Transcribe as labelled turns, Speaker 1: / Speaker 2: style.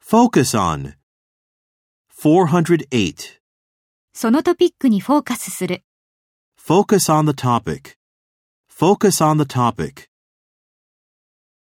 Speaker 1: Focus on. 408.
Speaker 2: そのトピックにフォーカスする。
Speaker 1: Focus on the topic. Focus on the topic.